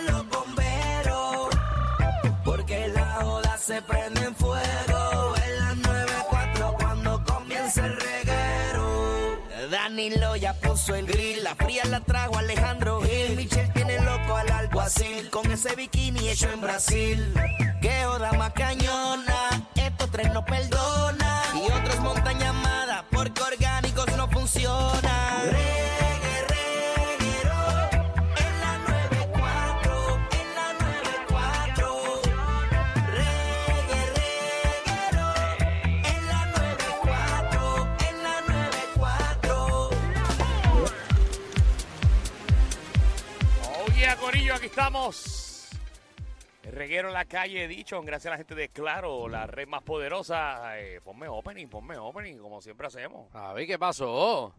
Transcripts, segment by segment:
a los bomberos, porque la joda se prende en fuego. En las 94 cuando comienza el reguero. Danilo ya puso el grill, la fría la trajo Alejandro Gil. Michel tiene loco al alguacil, con ese bikini hecho en Brasil. Qué joda más cañona, estos tres no perdonan. Y otros montan llamadas, porque orgánicos no funcionan. Reggae, reguero. En la 94, en la 94, reggae, reguero. En la 94, en la 94. Oye, Oh, Corillo, aquí estamos. El reguero en la calle, dicho, gracias a la gente de Claro, la red más poderosa. Eh, ponme opening, ponme opening, como siempre hacemos. Javi, ¿qué pasó?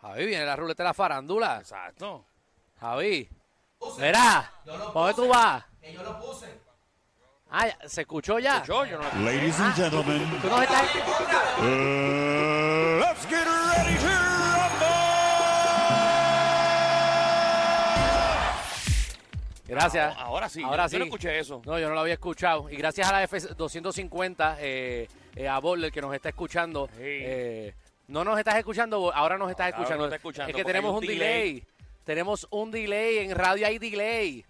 Javi, viene la ruleta de la farándula. Exacto. Javi, verá, ¿dónde tú vas? Que yo lo puse. Ah, ya- ¿se escuchó ya? Yo, yo no lo Ladies and gentlemen, ¿Tú no estás? uh, let's get ready to Gracias. Ah, ahora sí, Ahora yo- sí. yo no escuché eso. No, yo no lo había escuchado. Y gracias a la F250, eh, eh, a Borler, que nos está escuchando. Sí. eh, no nos estás escuchando, Bo- ahora nos estás Ahora nos escuchando. está escuchando, Es que porque hay tenemos un un delay. delay. Tenemos un delay. En radio hay delay.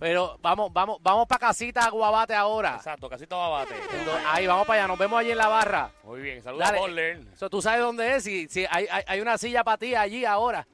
Pero vamos, vamos, vamos para casita a Guabate ahora. Exacto, casi todo abate. Ahí, vamos para allá. Nos vemos allí en la barra. Muy bien, saludos a Dale. Borler. So, Tú sabes dónde es. Si, si hay, hay- hay una silla para ti allí ahora.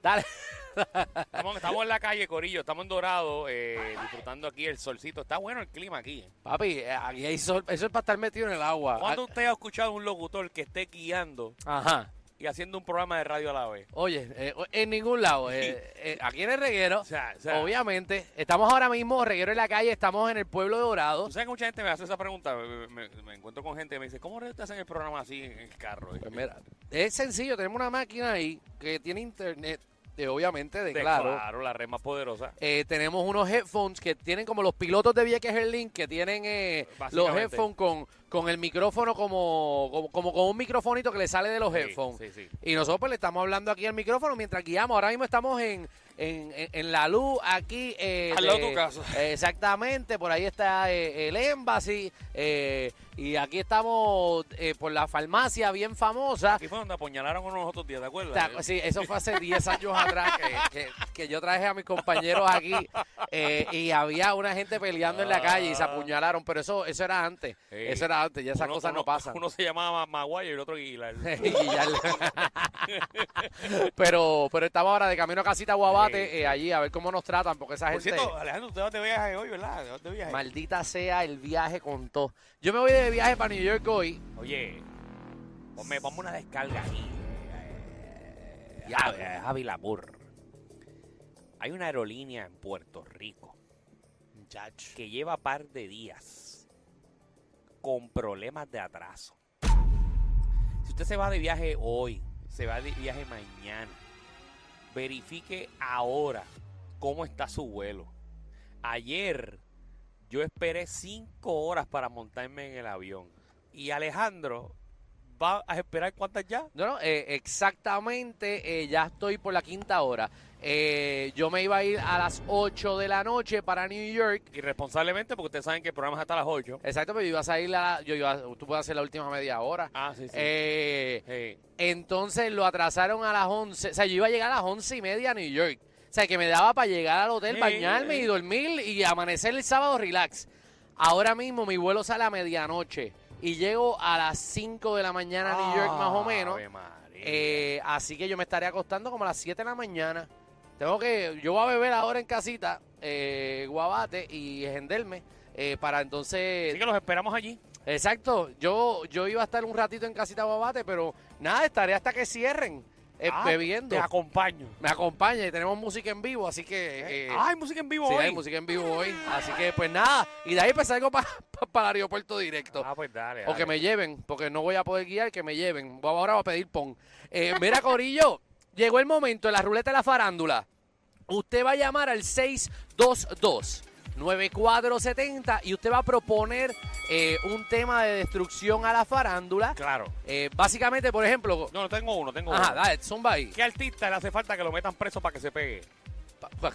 Dale. Estamos, estamos en la calle, Corillo, estamos en Dorado, eh, disfrutando aquí el solcito. Está bueno el clima aquí. Papi, eh, aquí hay sol- eso es para estar metido en el agua. Ah, ¿Cuándo usted ha escuchado un locutor que esté guiando Ajá. y haciendo un programa de radio a la vez? Oye, eh, o- en ningún lado. eh, eh, aquí en el reguero, O sea, o sea, obviamente. Estamos ahora mismo, reguero en la calle, estamos en el pueblo de Dorado. Tú sabes que mucha gente me hace esa pregunta. Me, me- me encuentro con gente que me dice, ¿cómo ustedes hacen el programa así en el carro? Pues mira, es sencillo, tenemos una máquina ahí que tiene internet, eh, obviamente, de, De claro. la red más poderosa. Eh, tenemos unos headphones que tienen como los pilotos de Vieques Airlink que tienen eh, los Básicamente. headphones con, con el micrófono como, como, como con un microfonito que le sale de los Sí, headphones. sí, sí. Y nosotros pues le estamos hablando aquí al micrófono mientras guiamos. Ahora mismo estamos en, en, en- en la luz aquí. eh, Al lado de tu casa. eh, Exactamente, por ahí está eh, el Embassy. eh, y aquí estamos eh, por la farmacia bien famosa. Aquí fue donde apuñalaron unos otros días, ¿te acuerdas? Ta- Sí, eso fue hace 10 años atrás que, que- que yo traje a mis compañeros aquí eh, y había una gente peleando en la calle y se apuñalaron, pero eso eso era antes, Ah. Sí. eso era antes, ya esas Uno- cosas uno- no pasan. Uno se llamaba Maguayo y el otro Aguilar. Y ya el- pero pero estamos ahora de camino a Casita Guabate Sí, eh, allí a ver cómo nos tratan, porque esa Por gente... cierto, eh, Alejandro, usted va de viaje hoy, ¿verdad? ¿Dónde viaje? Maldita sea el viaje con todo. Yo me voy de viaje para New York hoy. Oye, ponme, ponme una descarga aquí. Ya, Eh, Javi Labur. Hay una aerolínea en Puerto Rico muchacho. que lleva par de días con problemas de atraso. Si usted se va de viaje hoy, se va de viaje mañana, verifique ahora cómo está su vuelo. Ayer yo esperé cinco horas para montarme en el avión. Y Alejandro, ¿va a esperar cuántas ya? No, no, eh, exactamente, eh, ya estoy por la quinta hora. Eh, yo me iba a ir a las 8 de la noche para New York. Irresponsablemente, porque ustedes saben que el programa es hasta las 8. Exacto, pero yo iba a salir a la- yo iba a- tú puedes hacer la última media hora. Ah, sí, sí. Eh, Sí. entonces lo atrasaron a las 11, o sea, yo iba a llegar a las 11 y media a New York. O sea, que me daba para llegar al hotel, Sí, bañarme sí. y dormir y amanecer el sábado relax. Ahora mismo mi vuelo sale a medianoche y llego a las 5 de la mañana a New York más Ah, o menos. Ave María. Eh, así que yo me estaré acostando como a las 7 de la mañana. Tengo que, yo voy a beber ahora en casita, eh, guabate y engenderme. eh, para entonces, Así que los esperamos allí. exacto, yo, yo iba a estar un ratito en casita guabate, pero nada, estaré hasta que cierren. eh, Ah, bebiendo. Te acompaño. Me acompaña y tenemos música en vivo, así que... eh, Ay, música en vivo sí, hoy. hay música en vivo hoy. Así que, pues nada. Y de ahí pues salgo para el aeropuerto directo. Ah, pues dale. O que dale. me lleven, porque no voy a poder guiar, que me lleven. Voy ahora voy a pedir pon. Eh, mira, Corillo, llegó el momento en la ruleta de la farándula. Usted va a llamar al 622-9470 y usted va a proponer eh, un tema de destrucción a la farándula. Claro. Eh, básicamente, por ejemplo... No, no tengo uno, tengo Ajá, uno. dale, zumba ahí. ¿Qué artista le hace falta que lo metan preso para que se pegue? Pa- pa-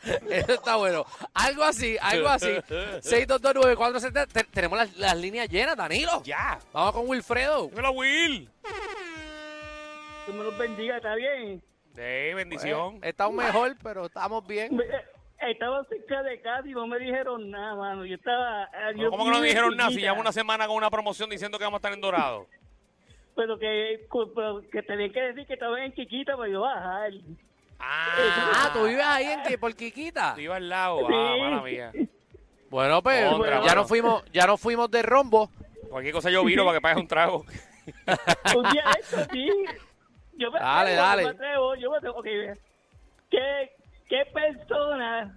Eso está bueno. Algo así, algo así. 6229470. Te- Tenemos las, las líneas llenas, Danilo. Ya. Vamos con Wilfredo. Dímelo, Will. Dios me los bendiga, está bien. Sí, bendición. Eh, estamos mejor, pero estamos bien. Me- eh, Estaba cerca de casa y no me dijeron nada, mano. Yo estaba. eh, yo ¿Cómo que no bien dijeron nada si cerquita, llevamos una semana con una promoción diciendo que vamos a estar en Dorado? Pero que, cu- pero que tenían que decir que estaba en chiquita para yo bajar. Ah, tú vives ahí en que- por Quiquita. Tú ibas al lado. Ah, Sí. mala mía. Bueno, pero Contra, ya mano. no fuimos, ya no fuimos de rombo. Cualquier cosa yo viro para que pagues un trago. Un día de esto, sí. Yo me Dale, atrevo, dale. Yo me atrevo, yo me atrevo. Ok, vea. ¿Qué, ¿Qué personas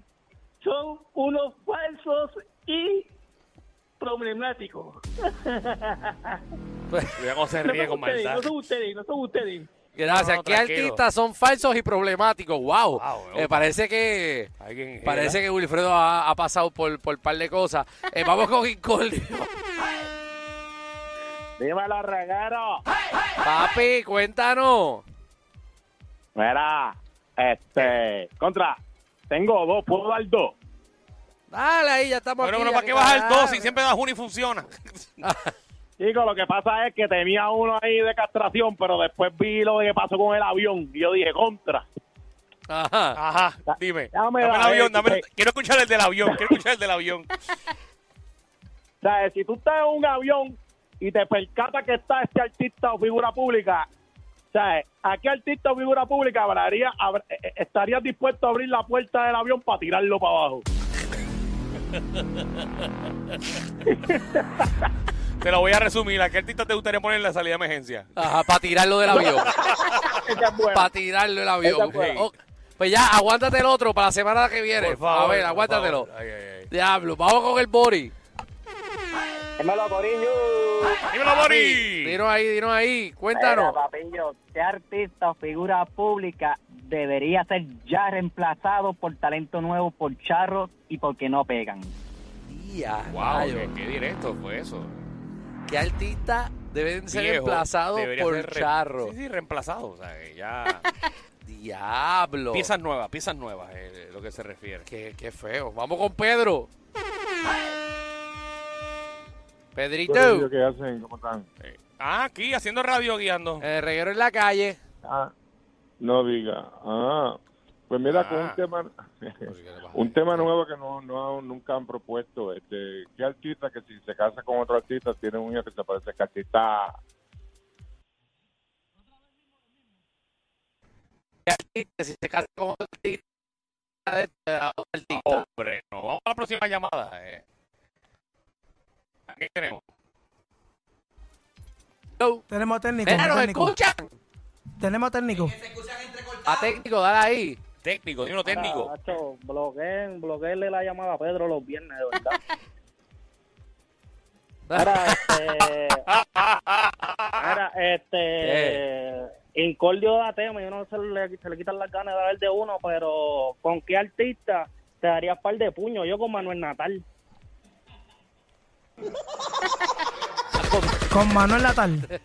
son unos falsos y problemáticos? Cuidado cómo se No ríe son con ustedes, maldad. no son ustedes, no son ustedes. Gracias. no, ¿Qué tranquilo. Ah, artistas son falsos y problemáticos? Wow. Wow, Eh, parece que Alguien- eh, parece que Wilfredo ha, ha pasado por por par de cosas. Eh, vamos con Incordio. Dime los regueros. Papi, cuéntanos. Mira, este, contra, tengo dos, puedo dar dos. Dale ahí, ya estamos Bueno, aquí. bueno, ya ¿para que qué bajar ganaron. dos si siempre das uno y funciona? Chicos, lo que pasa es que tenía uno ahí de castración, pero después vi lo que pasó con el avión y yo dije, contra. Ajá. Ajá, dime. Dame Dame el la- avión, dame. eh, Quiero escuchar el del avión, quiero escuchar el del avión. O sea, si tú estás en un avión y te percatas que está este artista o figura pública, o sea, ¿a qué artista o figura pública hablaría, habr- eh, eh, estarías dispuesto a abrir la puerta del avión para tirarlo para abajo? Te lo voy a resumir. ¿A qué artista te gustaría poner en la salida de emergencia? Ajá, para tirarlo del avión. Ah, Esa es buena. para tirarlo del avión. Esa fue. Oh, pues ya, aguántate el otro para la semana que viene. Por favor. a ver, por aguántatelo. favor. Ay, ay, Diablo, vamos con el Bori. Dímelo, Corillo. ay. ¡Dímelo, Bori! Dinos ahí, dinos ahí. Mira, Cuéntanos. papillo, ¿qué artista o figura pública debería ser ya reemplazado por talento nuevo, por charros y porque no pegan? Día, Wow, rayo. qué, qué directo fue eso. ¿Qué artista deben ser Viejo, reemplazados debería por ser re- charro? Sí, sí, reemplazado. O sea, que ya. Diablo. piezas nuevas, piezas nuevas, eh, lo que se refiere. Qué, qué feo. Vamos con Pedro. Pedrito. Corillo, ¿Qué hacen? ¿Cómo están? Eh, Ah, aquí, haciendo radio guiando. El reguero en la calle. Ah, no diga. Ah, pues mira, con Ah. un tema Pues un tema nuevo que no, no nunca han propuesto. Este, ¿Qué artista que si se casa con otro artista tiene un hijo que se parece a este artista? Que si se casa con otro artista, de- de otro artista. Hombre, no. Vamos a la próxima llamada. Eh. ¿A qué tenemos? Hello. Tenemos a técnico. Mira, nos técnico. escuchan. Tenemos a técnico. A técnico, dale ahí. Técnico, dime uno técnico. Nacho, bloqueen, bloqueenle la llamada a Pedro los viernes, de verdad. Mira, este. Mira, este. Incordio da tema, yo no se le, se le quitan las ganas de hablar de uno, pero ¿con qué artista te darías par de puño? Yo con Manuel Natal. Con Manuel Natal.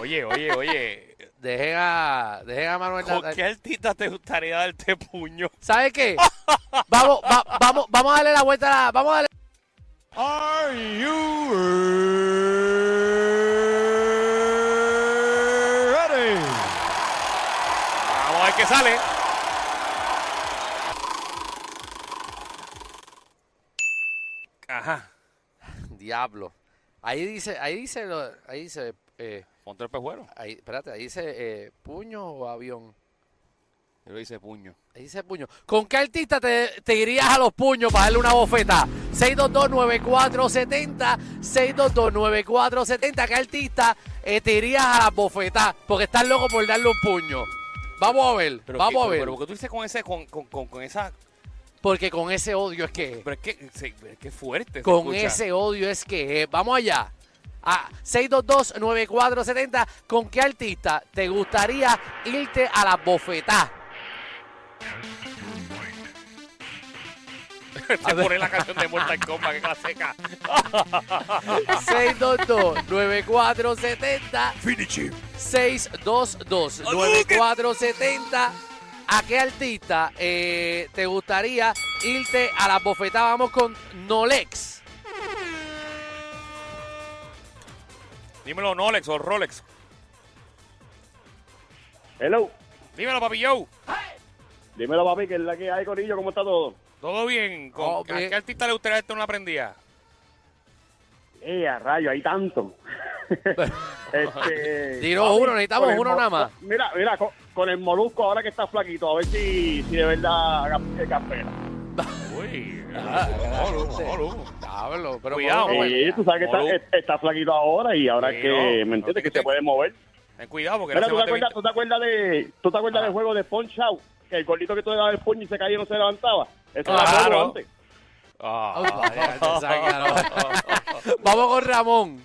Oye, oye, oye. Dejen a, dejen a Manuel ¿Con Natal. qué artista te gustaría darte puño? ¿Sabes qué? vamos, va- vamos, vamos a darle la vuelta a la, vamos a darle Are you ready? Vamos a ver qué sale. Ajá. Diablo. Ahí dice, ahí dice, lo- ahí dice, eh, Ponte el pejuero. ahí, espérate, ahí dice eh, puño o avión. Yo lo hice puño. Ahí dice puño. ¿Con qué artista te, te irías a los puños para darle una bofeta? 6229470, 6229470. ¿Qué artista eh, te irías a la bofeta? Porque estás loco por darle un puño. Vamos a ver, Pero vamos que- a ver. Pero porque tú dices con ese, con, con, con, con esa. porque con ese odio es que... Pero es que, se- es que fuerte. se Con escucha. ese odio es que... eh, Vamos allá. A 6229470. ¿Con qué artista te gustaría irte a la bofeta? Te pone la canción de Mortal Kombat, que claseca. Ah. 622-9470. Finish him. 622-9470. ¿A qué artista eh, te gustaría irte a la bofetada? Vamos con Nolex. Dímelo, Nolex o Rolex. Hello. Dímelo, papi Joe. Dímelo, papi, que es la que hay, Corillo. ¿Cómo está todo? ¿Todo bien? ¿Con, Oh, ¿A eh. bien. qué artista le gustaría darte una prendida? Eh, a rayo, hay tanto. este, Dinos papi, uno, necesitamos con el uno mo- nada más. con- Mira, mira, con, con el molusco ahora que está flaquito, a ver si, si de verdad haga- eh, campera. Uy, Ah, Diablo, pero Uh, Cuidado, Molu, sí, tú sabes que está, Molu. es- está flaquito ahora y ahora es Sí, que, no, ¿me entiendes? Que se puede mover. Ten cuidado, porque Mira, no se ¿tú te, mate acuerdas, ¿tú te acuerdas de, tú te acuerdas del juego de Punch Out? Que el gordito que tú le dabas el puño y se caía y no se levantaba. Eso era Claro. juego antes. Ah. Ay, vaya, te sacaron. Vamos con Ramón.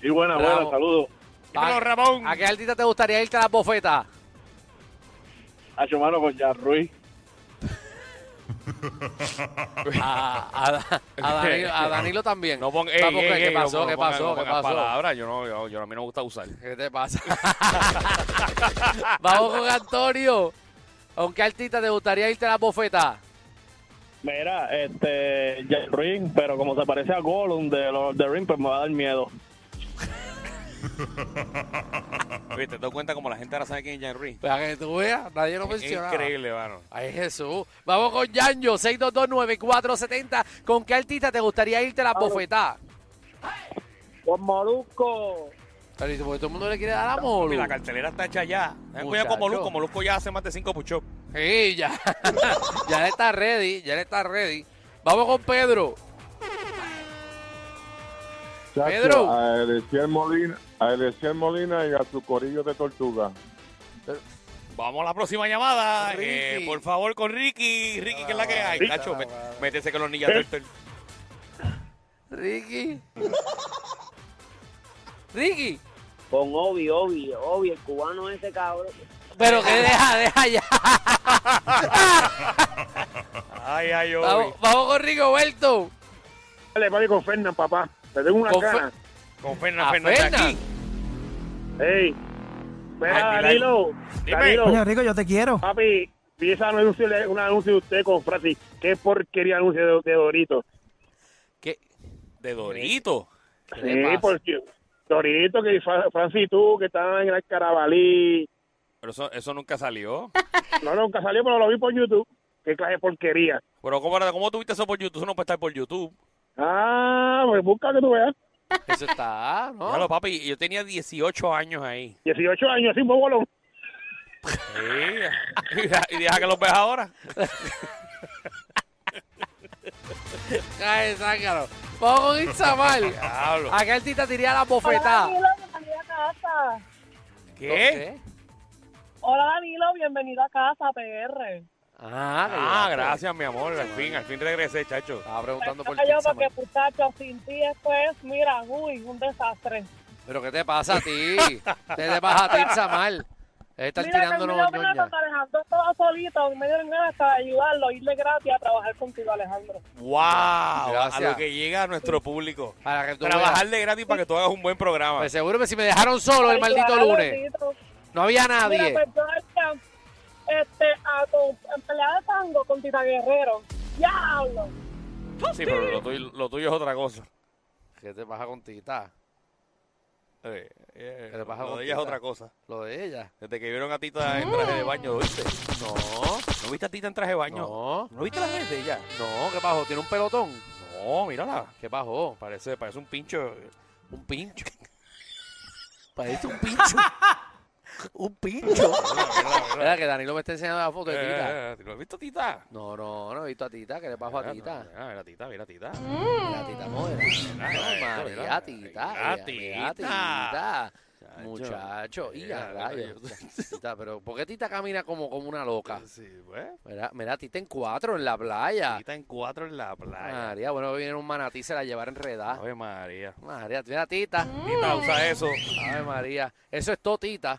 Sí, buena, buena, Bravo. saludos. Dímelo, Ramón. ¿A qué artista te gustaría irte a la bofeta? A mano con Jan Ruiz. A, a- a Danilo, a Danilo también. No pon- Ah, ey, porque, ey, ¿Qué ey, pasó? no ¿Qué pongas- pasó? no ¿Qué pongas pasó? palabras, yo no, yo, yo- a mí no me gusta usar. ¿Qué te pasa? Vamos con Antonio. ¿Con qué artista te gustaría irte a la bofeta? Mira, este, Jan Ruiz, pero como se parece a Gollum de Lord of the Rings, pues me va a dar miedo. Oye, ¿Te das cuenta como la gente ahora sabe quién es Jan Ruiz? Para Pues, que tú veas, nadie lo Es menciona. increíble, mano. Ay, Jesús. Vamos con Yanjo, 6229470. ¿Con qué artista te gustaría irte a la bofeta? Con Molusco. Pero ¿y por qué todo el mundo le quiere dar a Molu. Papi, la cartelera está hecha ya. Ten cuidado Muchacho. con Molusco. Molusco ya hace más de cinco push Sí, ya. ya le está ready, ya le está ready. Vamos con Pedro. Chacho, Pedro. A Eliezer Molina, a Eliezer Molina y a su corillo de tortuga. Vamos a la próxima llamada. Eh, por favor, con Ricky. Ricky, que es la que hay. Cacho, me- Ah. métese con los niños. Turtles. Ricky. Ricky. Con Obi, Obi, Obi, el cubano ese cabrón. Pero que deja, deja ya. Ay, ay, Obi. Vamos, vamos con Rigoberto. Dale, papi, con Fernan, papá. Te tengo una Con Fer- cara. Con Fernan, A Fernan está Fernan. aquí. Ey. Mira, Ay, mira. Danilo. Dime. Danilo. Coño, Rico, yo te quiero. Papi, vi ese anuncio, de- un anuncio de usted con Francis. Qué porquería anuncio de, de Dorito. De Dorito. Sí, porque Dorito, que Fra- Francis y tú, que estaban en el Carabalí. Pero eso, eso nunca salió. No, nunca salió, pero lo vi por YouTube. Qué clase de porquería. Pero ¿cómo, era- ¿cómo tuviste eso por YouTube? Eso no puede estar por YouTube. Ah, pues busca que tú veas. Eso está, ¿no? Claro, papi, yo tenía 18 años ahí. 18 años, así, bobolón. Sí. Y deja- y deja que los veas ahora. Ay, sácalo. Vamos con Itzamal. Diablo. ¿A qué artista te iría la bofetada? Hola Danilo, bienvenido a casa. ¿Qué? Hola Danilo, bienvenido a casa, PR. Ah, gracias, mi amor. Al fin, al fin regresé, chacho. Estaba preguntando Saca yo porque muchachos, sin ti después, mira, uy, un desastre. Pero ¿qué te pasa a ti? ¿Qué te pasa a ti, Itzamal? Estás mira, tirándonos terminó mira, ñoña. cuando Alejandro estaba solito, me dieron ganas hasta de ayudarlo, irle gratis a trabajar contigo, Alejandro. ¡Wow! A Gracias. lo que llega a nuestro público. Para que tú Trabajar veas. de gratis para que tú hagas un buen programa. Pues seguro que si me dejaron solo el Ay, maldito claro, lunes. Tito. No había Mira, nadie. pues yo decía, este, a tu empleada de tango con Tita Guerrero. ¡Diablo! Sí, pero lo tuyo, lo tuyo es otra cosa. ¿Qué te pasa con Tita? Eh, eh, ¿Qué le pasa lo con de ella es Tita? otra cosa. Lo de ella. Desde que vieron a Tita en traje de baño, ¿lo viste? No. ¿No viste a Tita en traje de baño? No. ¿No viste las redes de ella? No, ¿qué pasó? ¿Tiene un pelotón? No, mírala. ¿Qué pasó? Parece, parece un pincho. Un pincho. Parece un pincho. un pincho. Mírala, mírala, Mira que Danilo me está enseñando la foto de Eh, Tita. ¿Lo has visto, Tita? No, no, no he visto a Tita. ¿Qué le pasó a Tita? Mira, mira, Tita, mira, Tita. Eh, Ah, Mira, Tita, modera. No, mira, madre, mira. mira, Tita. Mira, Tita. Mira, Tita. Muchacho, y a rayos. Tita, pero ¿por qué Tita camina como, como una loca? Mira, mira, Tita en cuatro en la playa. pues, Tita en cuatro en la playa. María, bueno, viene un manatí, se la llevará enredada. Ave María. María, mira, Tita. Tita, usa eso. Ave María. Eso es totita.